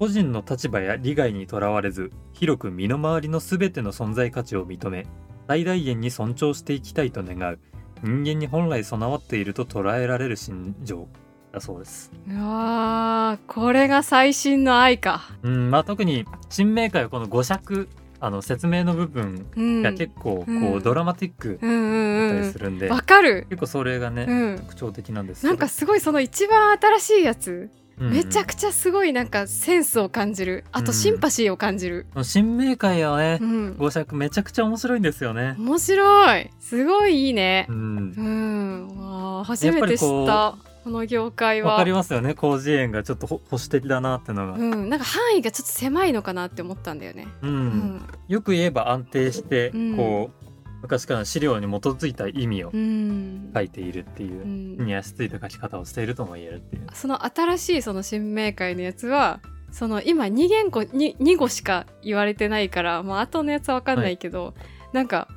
[SPEAKER 2] 個人の立場や利害にとらわれず広く身の回りの全ての存在価値を認め最大限に尊重していきたいと願う人間に本来備わっていると捉えられる心情だそうです。
[SPEAKER 1] うわーこれが最新の愛か
[SPEAKER 2] うんまあ、特に新明解はこの語釈あの説明の部分
[SPEAKER 1] うん
[SPEAKER 2] が結構こう、
[SPEAKER 1] うん
[SPEAKER 2] ドラマティック
[SPEAKER 1] うんうん
[SPEAKER 2] だったり
[SPEAKER 1] うん
[SPEAKER 2] するんで、
[SPEAKER 1] わかる
[SPEAKER 2] 結構それがね、
[SPEAKER 1] うん
[SPEAKER 2] 特徴的なんですけど
[SPEAKER 1] なんかすごいその一番新しいやつ
[SPEAKER 2] うんうん
[SPEAKER 1] めちゃくちゃすごいなんかセンスを感じるあと
[SPEAKER 2] うん
[SPEAKER 1] シンパシーを感じる
[SPEAKER 2] この新明解はね
[SPEAKER 1] う、ん
[SPEAKER 2] 語釈めちゃくちゃ面白いんですよね。
[SPEAKER 1] 面白いすごいいいね
[SPEAKER 2] うん
[SPEAKER 1] う。んわあ初
[SPEAKER 2] やっ
[SPEAKER 1] め
[SPEAKER 2] ぱ
[SPEAKER 1] て
[SPEAKER 2] り
[SPEAKER 1] 知
[SPEAKER 2] こう
[SPEAKER 1] ったこの業界
[SPEAKER 2] わ
[SPEAKER 1] は
[SPEAKER 2] かりますよね。広辞苑がちょっとほ保守的だなってのが。
[SPEAKER 1] うんなんか範囲がちょっと狭いのかなって思ったんだよね
[SPEAKER 2] うん。
[SPEAKER 1] うん
[SPEAKER 2] よく言えば安定して、
[SPEAKER 1] うん
[SPEAKER 2] こう昔からの資料に基づいた意味を
[SPEAKER 1] うん
[SPEAKER 2] 書いているっていうう、
[SPEAKER 1] ん
[SPEAKER 2] に足ついた書き方をしているとも言えるっていう。
[SPEAKER 1] その新しいその新明解のやつはその今2言語に2語しか言われてないからまあ後のやつは分かんないけど、なんか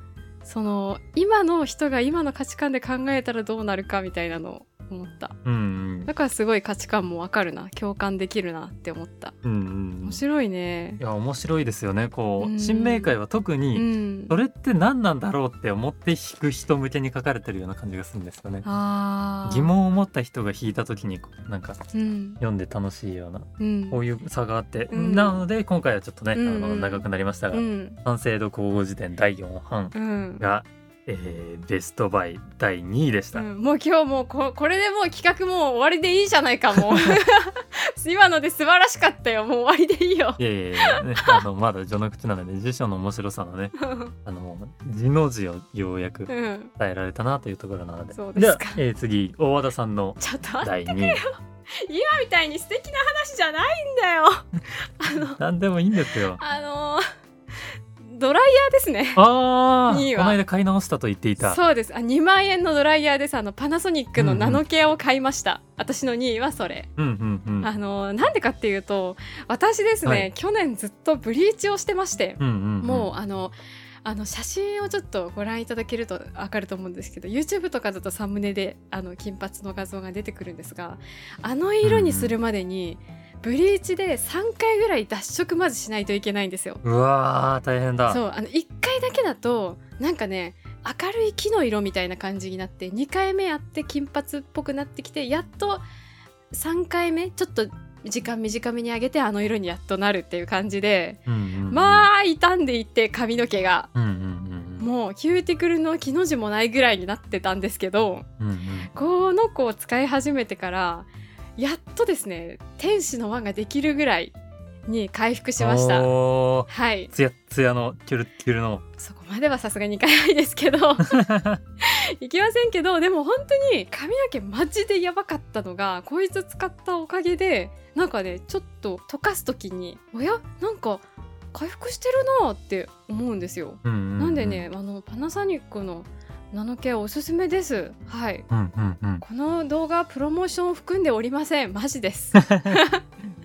[SPEAKER 1] その今の人が今の価値観で考えたらどうなるかみたいなのを思った
[SPEAKER 2] うん
[SPEAKER 1] だからすごい価値観も分かるな共感できるなって思った
[SPEAKER 2] うん。うんうん。
[SPEAKER 1] 面
[SPEAKER 2] い
[SPEAKER 1] 白いね
[SPEAKER 2] や面白いですよね。こう、
[SPEAKER 1] うん
[SPEAKER 2] 新明解は特
[SPEAKER 1] う
[SPEAKER 2] に、
[SPEAKER 1] ん
[SPEAKER 2] それって何なんだろうって思って引く人向けに書かれてるような感じがするんですよね。
[SPEAKER 1] あー
[SPEAKER 2] 疑、問を持った人が引いた時にこうなんか
[SPEAKER 1] うん
[SPEAKER 2] 読んで楽しいような
[SPEAKER 1] うん、
[SPEAKER 2] こういう差があって、
[SPEAKER 1] うん
[SPEAKER 2] なので今回はちょっとね、
[SPEAKER 1] うん
[SPEAKER 2] あの長くなりましたが
[SPEAKER 1] うん
[SPEAKER 2] 「三省堂口語辞典第4版
[SPEAKER 1] うん」
[SPEAKER 2] が、えーベストバイ第2位でした、
[SPEAKER 1] うんもう今日もうここれでもう企画もう終わりでいいじゃないか もう今ので素晴らしかったよもう終わりでいいよ
[SPEAKER 2] いやいやいや、ね、あのまだ序の口なので辞書の面白さのねあの字の字をようやく伝
[SPEAKER 1] うん
[SPEAKER 2] えられたなというところなので
[SPEAKER 1] そうですか
[SPEAKER 2] じゃあ、えー次大和田さんの
[SPEAKER 1] ちょっとあ
[SPEAKER 2] 第2位
[SPEAKER 1] 今みたいに素敵な話じゃないんだよ
[SPEAKER 2] 何でもいいんですよ
[SPEAKER 1] あのードライヤーですね
[SPEAKER 2] ああ
[SPEAKER 1] いい
[SPEAKER 2] こ
[SPEAKER 1] わ
[SPEAKER 2] の間買い直したと言っていた
[SPEAKER 1] そうですあ2万円のドライヤーですあのパナソニックのナノケアを買いました、私の2位はそれ、
[SPEAKER 2] うんうんうん
[SPEAKER 1] あのーなんでかっていうと私ですね、
[SPEAKER 2] はい
[SPEAKER 1] 去年ずっとブリーチをしてまして、
[SPEAKER 2] うんうんうん
[SPEAKER 1] もうあのあの写真をちょっとご覧いただけると分かると思うんですけど YouTube とかだとサムネであの金髪の画像が出てくるんですがあの色にするまでにブリーチで3回ぐらい脱色まずしないといけないんですよ。
[SPEAKER 2] うわー大変だ
[SPEAKER 1] そうあの1回だけだとなんかね明るい木の色みたいな感じになって2回目やって金髪っぽくなってきてやっと3回目ちょっと時間短めに上げてあの色にやっとなるっていう感じで
[SPEAKER 2] うんうんうん
[SPEAKER 1] まあ傷んでいって髪の毛が
[SPEAKER 2] うんうんうん
[SPEAKER 1] もうキューティクルの木の字もないぐらいになってたんですけど
[SPEAKER 2] うんうん
[SPEAKER 1] この子を使い始めてからやっとですね天使の輪ができるぐらいに回復しました
[SPEAKER 2] おー
[SPEAKER 1] はい
[SPEAKER 2] つやっつやのキュルッキュルの。
[SPEAKER 1] そこまではさすがにいかないです けどいきませんけどでも本当に髪の毛マジでやばかったのがこいつ使ったおかげでなんかねちょっと溶かす時におやなんか回復してるなーって思うんですよな
[SPEAKER 2] なん
[SPEAKER 1] で。ね、あのパナソニックのナノケアおすすめです。はい。
[SPEAKER 2] うんうんうん。
[SPEAKER 1] この動画はプロモーションを含んでおりません。マジです。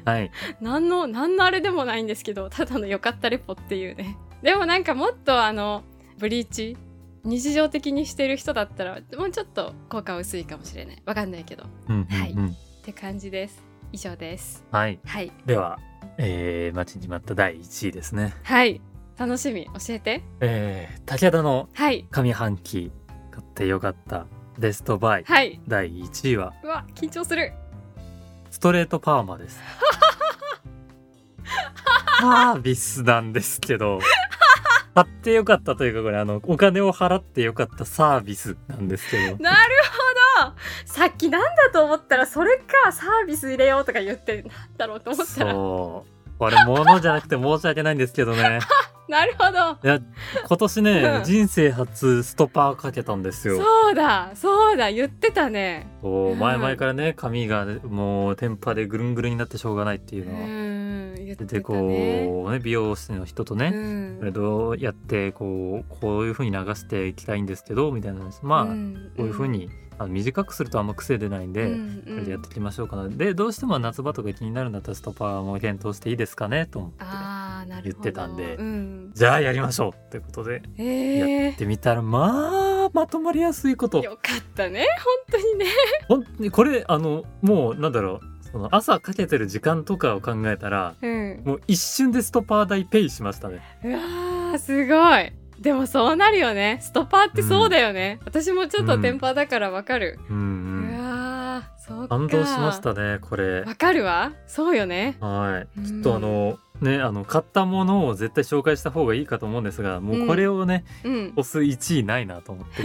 [SPEAKER 2] はい。
[SPEAKER 1] 何の、何のあれでもないんですけど、ただのよかったレポっていうね。でもなんかもっとあの、ブリーチ、日常的にしてる人だったら、もうちょっと効果は薄いかもしれない。わかんないけど。っ
[SPEAKER 2] うん
[SPEAKER 1] はい
[SPEAKER 2] うんうん
[SPEAKER 1] て感じです。以上です。
[SPEAKER 2] はい。
[SPEAKER 1] はい。
[SPEAKER 2] では、えー、待ちに待った第1位ですね。
[SPEAKER 1] はい。楽しみ。教えて。
[SPEAKER 2] えー、武田の
[SPEAKER 1] はい。
[SPEAKER 2] 上半期買ってよかったベストバイ
[SPEAKER 1] はい。
[SPEAKER 2] 第1位は
[SPEAKER 1] うわ、緊張する。
[SPEAKER 2] ストレートパーマ ですサービスなんですけど買ってよかったというかこれあのお金を払ってよかったサービスなんですけど
[SPEAKER 1] なるほどさっきなんだと思ったら、それか、サービス入れようとか言って、なんだろうと思ったら。
[SPEAKER 2] そうこれ物じゃなくて申し訳ないんですけど ね
[SPEAKER 1] なるほど
[SPEAKER 2] いや今年ね、
[SPEAKER 1] うん
[SPEAKER 2] 人生初ストパーかけたんですよ
[SPEAKER 1] そうだそうだ言ってたね。
[SPEAKER 2] そう
[SPEAKER 1] うん
[SPEAKER 2] 前々からね髪がもう天パでぐるんぐるんになってしょうがないっていううのは、
[SPEAKER 1] ん、言って
[SPEAKER 2] で
[SPEAKER 1] たね。
[SPEAKER 2] こうね美容室の人と
[SPEAKER 1] う
[SPEAKER 2] ね、
[SPEAKER 1] ん
[SPEAKER 2] これどうやってこうこういう風に流していきたいんですけどみたいな話まあ、
[SPEAKER 1] ん
[SPEAKER 2] こういう風にあの短くするとあんま癖出ないんで、
[SPEAKER 1] うん
[SPEAKER 2] こ
[SPEAKER 1] う
[SPEAKER 2] れ
[SPEAKER 1] ん
[SPEAKER 2] でやっていきましょうかなでどうしても夏場とか気になるんだったらストパーも検討していいですかねと思って
[SPEAKER 1] あーなるほど
[SPEAKER 2] 言ってたんで
[SPEAKER 1] うん、
[SPEAKER 2] じゃあやりましょうってことでや
[SPEAKER 1] え
[SPEAKER 2] ってみたらまあまとまりやすいこ
[SPEAKER 1] ー、
[SPEAKER 2] と
[SPEAKER 1] よかったね本当にね。
[SPEAKER 2] 本当にこれあのもうなんだろうその朝かけてる時間とかを考えたら
[SPEAKER 1] うん、
[SPEAKER 2] もう一瞬でストパー代ペイしましたね
[SPEAKER 1] うわーすごいでもそうなるよねストパーってそうだよね、私もちょっとテンパーだからわかる、
[SPEAKER 2] うん、
[SPEAKER 1] う
[SPEAKER 2] うん
[SPEAKER 1] わーそうか
[SPEAKER 2] 感動しましたねこれ
[SPEAKER 1] わかるわそうよね
[SPEAKER 2] はいち
[SPEAKER 1] う
[SPEAKER 2] ょ
[SPEAKER 1] ん
[SPEAKER 2] っとあのねあの買ったものを絶対紹介した方がいいかと思うんですがもうこれをね、
[SPEAKER 1] うん
[SPEAKER 2] 押す1位ないなと思っ て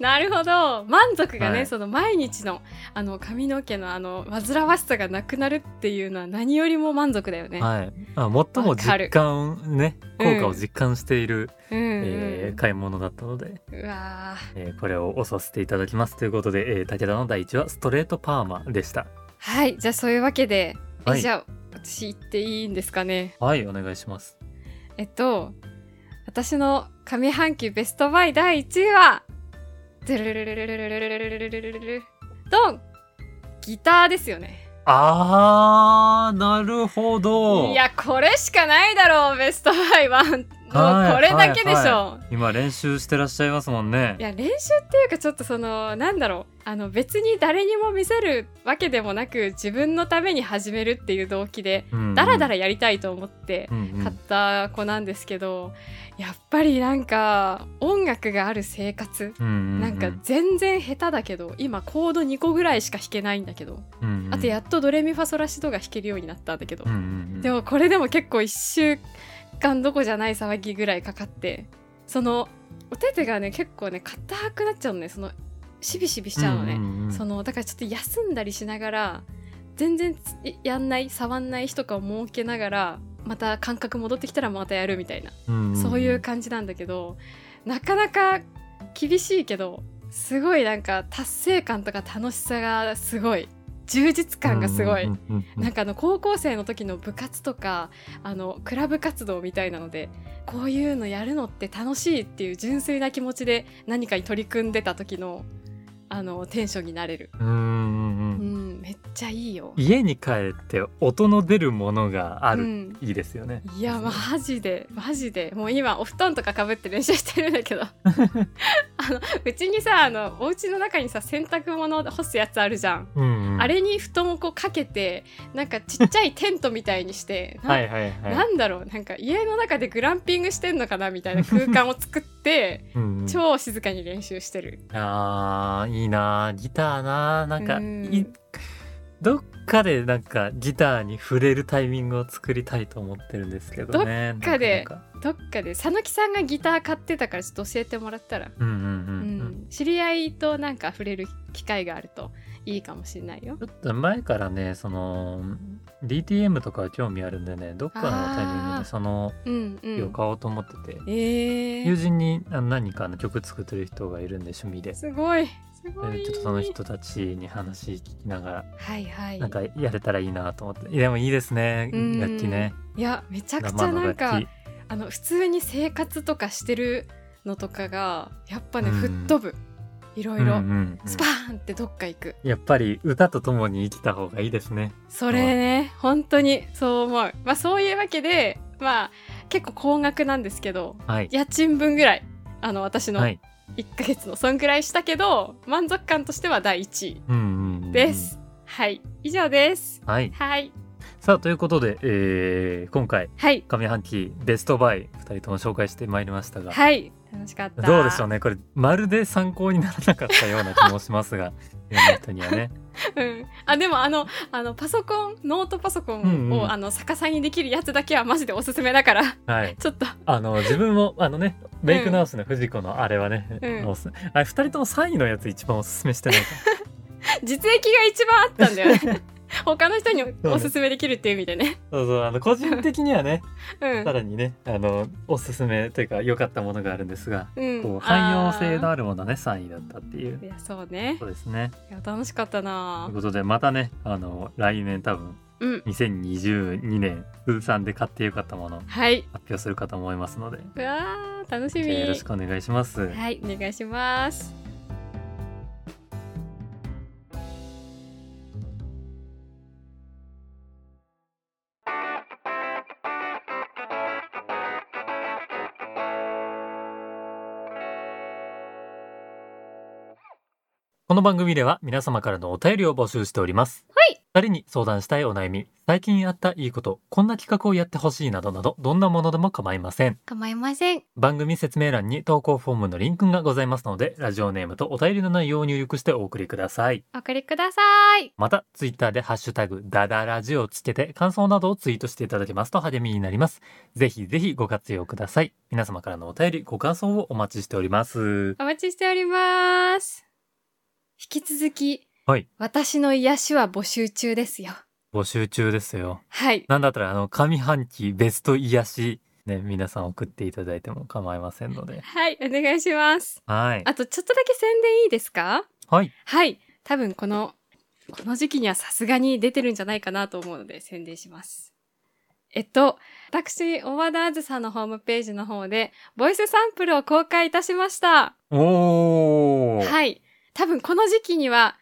[SPEAKER 1] なるほど満足がね、
[SPEAKER 2] はい
[SPEAKER 1] その毎日のあの髪の毛のあの煩わしさがなくなるっていうのは何よりも満足だよね。
[SPEAKER 2] はいあ最も実感ね
[SPEAKER 1] わかる
[SPEAKER 2] 効果を実感している、
[SPEAKER 1] うんうん
[SPEAKER 2] えー買い物だったので、
[SPEAKER 1] うわー
[SPEAKER 2] えーこれを押させていただきますということで、えー武田の第一はストレートパーマでした
[SPEAKER 1] はいじゃあそういうわけで、え
[SPEAKER 2] はい
[SPEAKER 1] じゃあ私言っていいんですかね。
[SPEAKER 2] はいお願いします
[SPEAKER 1] えっと私の上半期ベストバイ第1位はドゥルルルルルルルルルルルルルルドンギターですよね。
[SPEAKER 2] あーなるほど
[SPEAKER 1] いやこれしかないだろうベストバイはもうこれだけでしょ。
[SPEAKER 2] はい今練習してらっしゃいますもんね
[SPEAKER 1] いや練習っていうかちょっとそのなんだろうあの別に誰にも見せるわけでもなく自分のために始めるっていう動機でだらだらやりたいと思って
[SPEAKER 2] うんうん
[SPEAKER 1] 買った子なんですけどやっぱりなんか音楽がある生活
[SPEAKER 2] うんうん
[SPEAKER 1] なんか全然下手だけど今コード2個ぐらいしか弾けないんだけど
[SPEAKER 2] うんうん
[SPEAKER 1] あとやっとドレミファソラシドが弾けるようになったんだけど
[SPEAKER 2] うんうんうん
[SPEAKER 1] でもこれでも結構1週間どこじゃない騒ぎぐらいかかってそのお手手がね結構ね硬くなっちゃうのねそのしびしびしちゃうのね、
[SPEAKER 2] んんん
[SPEAKER 1] そのだからちょっと休んだりしながら全然つやんない触んない日とかを設けながらまた感覚戻ってきたらまたやるみたいな、
[SPEAKER 2] んんん
[SPEAKER 1] そういう感じなんだけどなかなか厳しいけどすごいなんか達成感とか楽しさがすごい充実感がすごい、
[SPEAKER 2] うんうんうんうん
[SPEAKER 1] なんかあの高校生の時の部活とかあのクラブ活動みたいなのでこういうのやるのって楽しいっていう純粋な気持ちで何かに取り組んでた時のあのテンションになれる、
[SPEAKER 2] うんうん
[SPEAKER 1] う
[SPEAKER 2] うん
[SPEAKER 1] ん、めっちゃいいよ。
[SPEAKER 2] 家に帰って音の出るものがある、
[SPEAKER 1] うん
[SPEAKER 2] いいですよね
[SPEAKER 1] いやマジでマジでもう今お布団とかかぶって練習してるん だけどあのうちにさあのお家の中にさ洗濯物干すやつあるじゃん、
[SPEAKER 2] うんうん
[SPEAKER 1] あれに布団をこうかけてなんかちっちゃいテントみたいにして、なんか
[SPEAKER 2] はいはいはい
[SPEAKER 1] なんだろうなんか家の中でグランピングしてんのかなみたいな空間を作って
[SPEAKER 2] うんうん
[SPEAKER 1] 超静かに練習してる
[SPEAKER 2] あーいいなーギターなーなんか、
[SPEAKER 1] うん
[SPEAKER 2] いどっかでなんかギターに触れるタイミングを作りたいと思ってるんですけどね
[SPEAKER 1] どっかで
[SPEAKER 2] なんか
[SPEAKER 1] どっかで佐野木さんがギター買ってたからちょっと教えてもらったら、
[SPEAKER 2] うんうんう、
[SPEAKER 1] うん
[SPEAKER 2] うん
[SPEAKER 1] ん、知り合いとなんか触れる機会があるといいかもしれないよ
[SPEAKER 2] ちょっと前からねその DTM とか興味あるんでねどっかのタイミング
[SPEAKER 1] あー
[SPEAKER 2] でその
[SPEAKER 1] うんう
[SPEAKER 2] 絵を
[SPEAKER 1] ん
[SPEAKER 2] 買おうと思ってて、
[SPEAKER 1] え
[SPEAKER 2] 友
[SPEAKER 1] ー、
[SPEAKER 2] 人にあの何かの曲作ってる人がいるんで趣味で。
[SPEAKER 1] すごいすご
[SPEAKER 2] で
[SPEAKER 1] い
[SPEAKER 2] ちょっとその人たちに話聞きながら
[SPEAKER 1] はいはい
[SPEAKER 2] なんかやれたらいいなと思ってでもいいですね
[SPEAKER 1] うん
[SPEAKER 2] 楽器ね
[SPEAKER 1] いやめちゃくちゃ
[SPEAKER 2] 生の
[SPEAKER 1] なん
[SPEAKER 2] 楽器
[SPEAKER 1] かあの普通に生活とかしてるのとかがやっぱね、
[SPEAKER 2] うん
[SPEAKER 1] 吹っ飛ぶいろい
[SPEAKER 2] うん
[SPEAKER 1] ろ、
[SPEAKER 2] うんうん
[SPEAKER 1] スパーンってどっか行く
[SPEAKER 2] やっぱり歌とともに生きた方がいいですね
[SPEAKER 1] それね本当にそう思うまあそういうわけでまあ結構高額なんですけど
[SPEAKER 2] はい
[SPEAKER 1] 家賃分ぐらいあの私の
[SPEAKER 2] は
[SPEAKER 1] 1
[SPEAKER 2] い
[SPEAKER 1] ヶ月のそんぐらいしたけど、満足感としては第1位
[SPEAKER 2] うんうんうん
[SPEAKER 1] です、はい以上です
[SPEAKER 2] はい
[SPEAKER 1] はい
[SPEAKER 2] さあということで、えー今回
[SPEAKER 1] はい
[SPEAKER 2] 上半期ベストバイ2人とも紹介してまいりましたが
[SPEAKER 1] はい楽しかった
[SPEAKER 2] どうでしょうねこれまるで参考にならなかったような気もします が世の人にはね
[SPEAKER 1] うん、あでもあのあのパソコンノートパソコンを、
[SPEAKER 2] うんうん
[SPEAKER 1] あの逆さにできるやつだけはマジでおすすめだから
[SPEAKER 2] はい
[SPEAKER 1] ちょっと
[SPEAKER 2] あの自分もあのねメイク直しの藤子のあれはね、
[SPEAKER 1] うん
[SPEAKER 2] おすあれ2人とも3位のやつ一番おすすめしてないか
[SPEAKER 1] 実益が一番あったんだよ ね他の人におすすめできるっていう意味でね
[SPEAKER 2] そうそうあの個人的にはね
[SPEAKER 1] うん
[SPEAKER 2] さらにねあのおすすめというか良かったものがあるんですが、
[SPEAKER 1] うん
[SPEAKER 2] こう汎用性の
[SPEAKER 1] あ
[SPEAKER 2] あるものね3位だったっていう
[SPEAKER 1] ーいやそうね
[SPEAKER 2] そうですね。
[SPEAKER 1] いや楽しかった
[SPEAKER 2] と
[SPEAKER 1] な
[SPEAKER 2] いうことでまたねあの来年多分
[SPEAKER 1] うん
[SPEAKER 2] 2022年通算で買ってよかったもの
[SPEAKER 1] はい
[SPEAKER 2] 発表するかと思いますので
[SPEAKER 1] うわー楽し
[SPEAKER 2] じゃあ
[SPEAKER 1] み
[SPEAKER 2] よろしくお願いします。
[SPEAKER 1] はいお願いします
[SPEAKER 2] この番組では皆様からのお便りを募集しております。
[SPEAKER 1] はい。
[SPEAKER 2] 二人に相談したいお悩み、最近あったいいこと、こんな企画をやってほしいなどなど、どんなものでも構いません。
[SPEAKER 1] 構いません
[SPEAKER 2] 番組説明欄に投稿フォームのリンクがございますので、ラジオネームとお便りの内容を入力してお送りください。
[SPEAKER 1] お送りください
[SPEAKER 2] また、ツイッターでハッシュタグ、ダダラジオをつけて、感想などをツイートしていただけますと励みになります。ぜひぜひご活用ください。皆様からのお便り、ご感想をお待ちしております。
[SPEAKER 1] お待ちしております引き続き、
[SPEAKER 2] はい
[SPEAKER 1] 私の癒しは募集中ですよ
[SPEAKER 2] 募集中ですよ。
[SPEAKER 1] はい
[SPEAKER 2] なんだったら、あの、上半期ベスト癒し、ね、皆さん送っていただいても構いませんので。
[SPEAKER 1] はい、お願いします。
[SPEAKER 2] はい。
[SPEAKER 1] あとちょっとだけ宣伝いいですか
[SPEAKER 2] はい。
[SPEAKER 1] はい、多分この、この時期にはさすがに出てるんじゃないかなと思うので宣伝します。えっと、私、オ和田あずさのホームページの方で、ボイスサンプルを公開いたしました。
[SPEAKER 2] おー。
[SPEAKER 1] はい。多分この時期には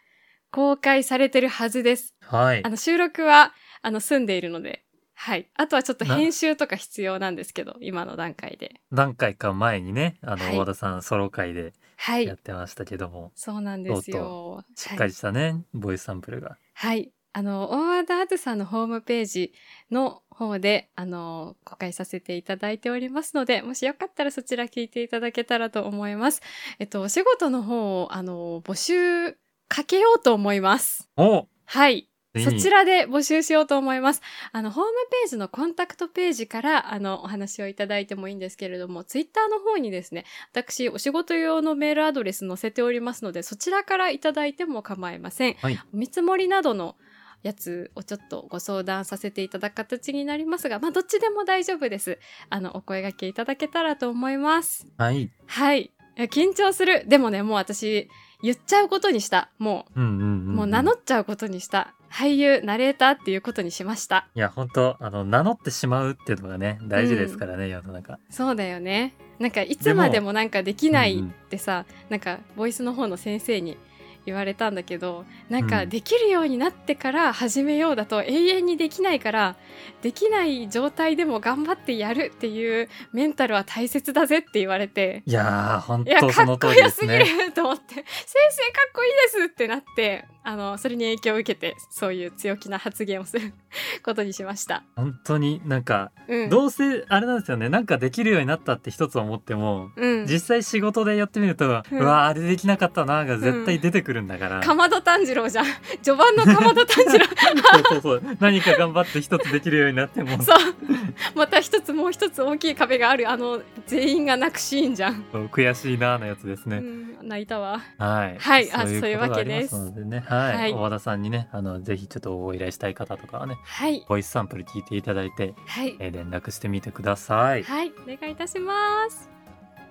[SPEAKER 1] 公開されてるはずです。
[SPEAKER 2] はい
[SPEAKER 1] あ。の、収録は、あの、住んでいるので。はい。あとはちょっと編集とか必要なんですけど、今の段階で。
[SPEAKER 2] 何回か前にね、あの、
[SPEAKER 1] はい
[SPEAKER 2] 大和田さんソロ会で
[SPEAKER 1] は
[SPEAKER 2] やっ
[SPEAKER 1] い。
[SPEAKER 2] てましたけども、
[SPEAKER 1] そうなんですよ。
[SPEAKER 2] しっかりしたね、ボイスサンプルが。
[SPEAKER 1] はい。あの、大和田あずさんのホームページの方で、あの、公開させていただいておりますので、もしよかったらそちら聞いていただけたらと思います。えっと、お仕事の方を、あの、募集かけようと思います。
[SPEAKER 2] お
[SPEAKER 1] はい。
[SPEAKER 2] つい
[SPEAKER 1] そ
[SPEAKER 2] に
[SPEAKER 1] ちらで募集しようと思います。あの、ホームページのコンタクトページから、あの、お話をいただいてもいいんですけれども、ツイッターの方にですね、私、お仕事用のメールアドレス載せておりますので、そちらからいただいても構いません。
[SPEAKER 2] はい
[SPEAKER 1] 見積もりなどのやつをちょっとご相談させていただく形になりますが、まあ、どっちでも大丈夫です。あの、お声掛けいただけたらと思います。
[SPEAKER 2] はい。
[SPEAKER 1] はい。いや緊張する。でもね、もう私、言っちゃうことにした。もう。
[SPEAKER 2] うんうんうん、
[SPEAKER 1] もう名乗っちゃうことにした。俳優、ナレーターっていうことにしました。
[SPEAKER 2] いや、本当あの、名乗ってしまうっていうのがね、大事ですからね、世の中。
[SPEAKER 1] そうだよね。なんかいつまでもなんかできない
[SPEAKER 2] うんうん
[SPEAKER 1] ってさ、なんかボイスの方の先生に言われたんだけど、なん
[SPEAKER 2] う
[SPEAKER 1] か
[SPEAKER 2] ん
[SPEAKER 1] できるようになってから始めようだと永遠にできないから、できない状態でも頑張ってやるっていうメンタルは大切だぜって言われて、
[SPEAKER 2] いやー、本
[SPEAKER 1] いや、
[SPEAKER 2] 当
[SPEAKER 1] か
[SPEAKER 2] その
[SPEAKER 1] っ
[SPEAKER 2] 通
[SPEAKER 1] こ
[SPEAKER 2] りで
[SPEAKER 1] よ
[SPEAKER 2] す
[SPEAKER 1] すぎ
[SPEAKER 2] ね。
[SPEAKER 1] ると思って、先生かっこいいですってなって、あの、それに影響を受けて、そういう強気な発言をすることにしました。
[SPEAKER 2] 本当になんか、
[SPEAKER 1] うん。
[SPEAKER 2] どうせ、あれなんですよね、なんかできるようになったって一つ思っても、
[SPEAKER 1] うん。
[SPEAKER 2] 実際仕事でやってみると、
[SPEAKER 1] う
[SPEAKER 2] うんわー、あれできなかったなーが絶対出てくるんだから。
[SPEAKER 1] かまど炭治郎じゃん。 序盤のかまど炭 治郎。
[SPEAKER 2] そうそうそう。何か頑張って一つできるようになっても、
[SPEAKER 1] そう。また一つもう一つ大きい壁がある、あの、全員が泣くシーンじゃん。
[SPEAKER 2] 悔しいなーのやつです
[SPEAKER 1] う
[SPEAKER 2] ね。
[SPEAKER 1] ん、泣いたわ。
[SPEAKER 2] はい。
[SPEAKER 1] はいあ
[SPEAKER 2] こと
[SPEAKER 1] そういうわけ
[SPEAKER 2] があり
[SPEAKER 1] です
[SPEAKER 2] ますのでね、はい。
[SPEAKER 1] はい
[SPEAKER 2] 大和田さんにね、あの、ぜひちょっとご依頼したい方とかはね、
[SPEAKER 1] はい。
[SPEAKER 2] ボイスサンプル聞いていただいて、
[SPEAKER 1] はい。
[SPEAKER 2] えー連絡してみてください。
[SPEAKER 1] はい。お願いいたします。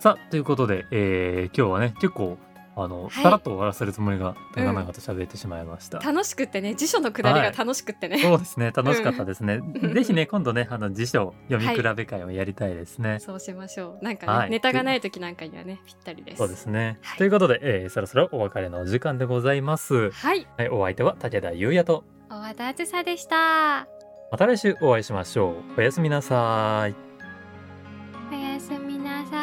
[SPEAKER 2] さあ、ということで、えー今日はね、結構、あの、
[SPEAKER 1] はい
[SPEAKER 2] さらっと終わらせるつもりが、長々と喋ってしまいました。
[SPEAKER 1] 楽しくってね、辞書のくだりが楽しくってね。
[SPEAKER 2] そうですね、楽しかったですね。
[SPEAKER 1] うん
[SPEAKER 2] ぜひね、今度ね、あの、辞書読み
[SPEAKER 1] はい
[SPEAKER 2] 比べ会をやりたいですね。
[SPEAKER 1] そうしましょう。なんかね、
[SPEAKER 2] はい
[SPEAKER 1] ネタがない時なんかにはね、ぴったりです。
[SPEAKER 2] そうですね、
[SPEAKER 1] はい
[SPEAKER 2] ということで、えーそろそろお別れのお時間でございます。
[SPEAKER 1] はい。
[SPEAKER 2] はい、お相手は武田優也と、
[SPEAKER 1] お和田あずさでした。
[SPEAKER 2] また来週お会いしましょう。おやすみなさい。
[SPEAKER 1] おやすみなさ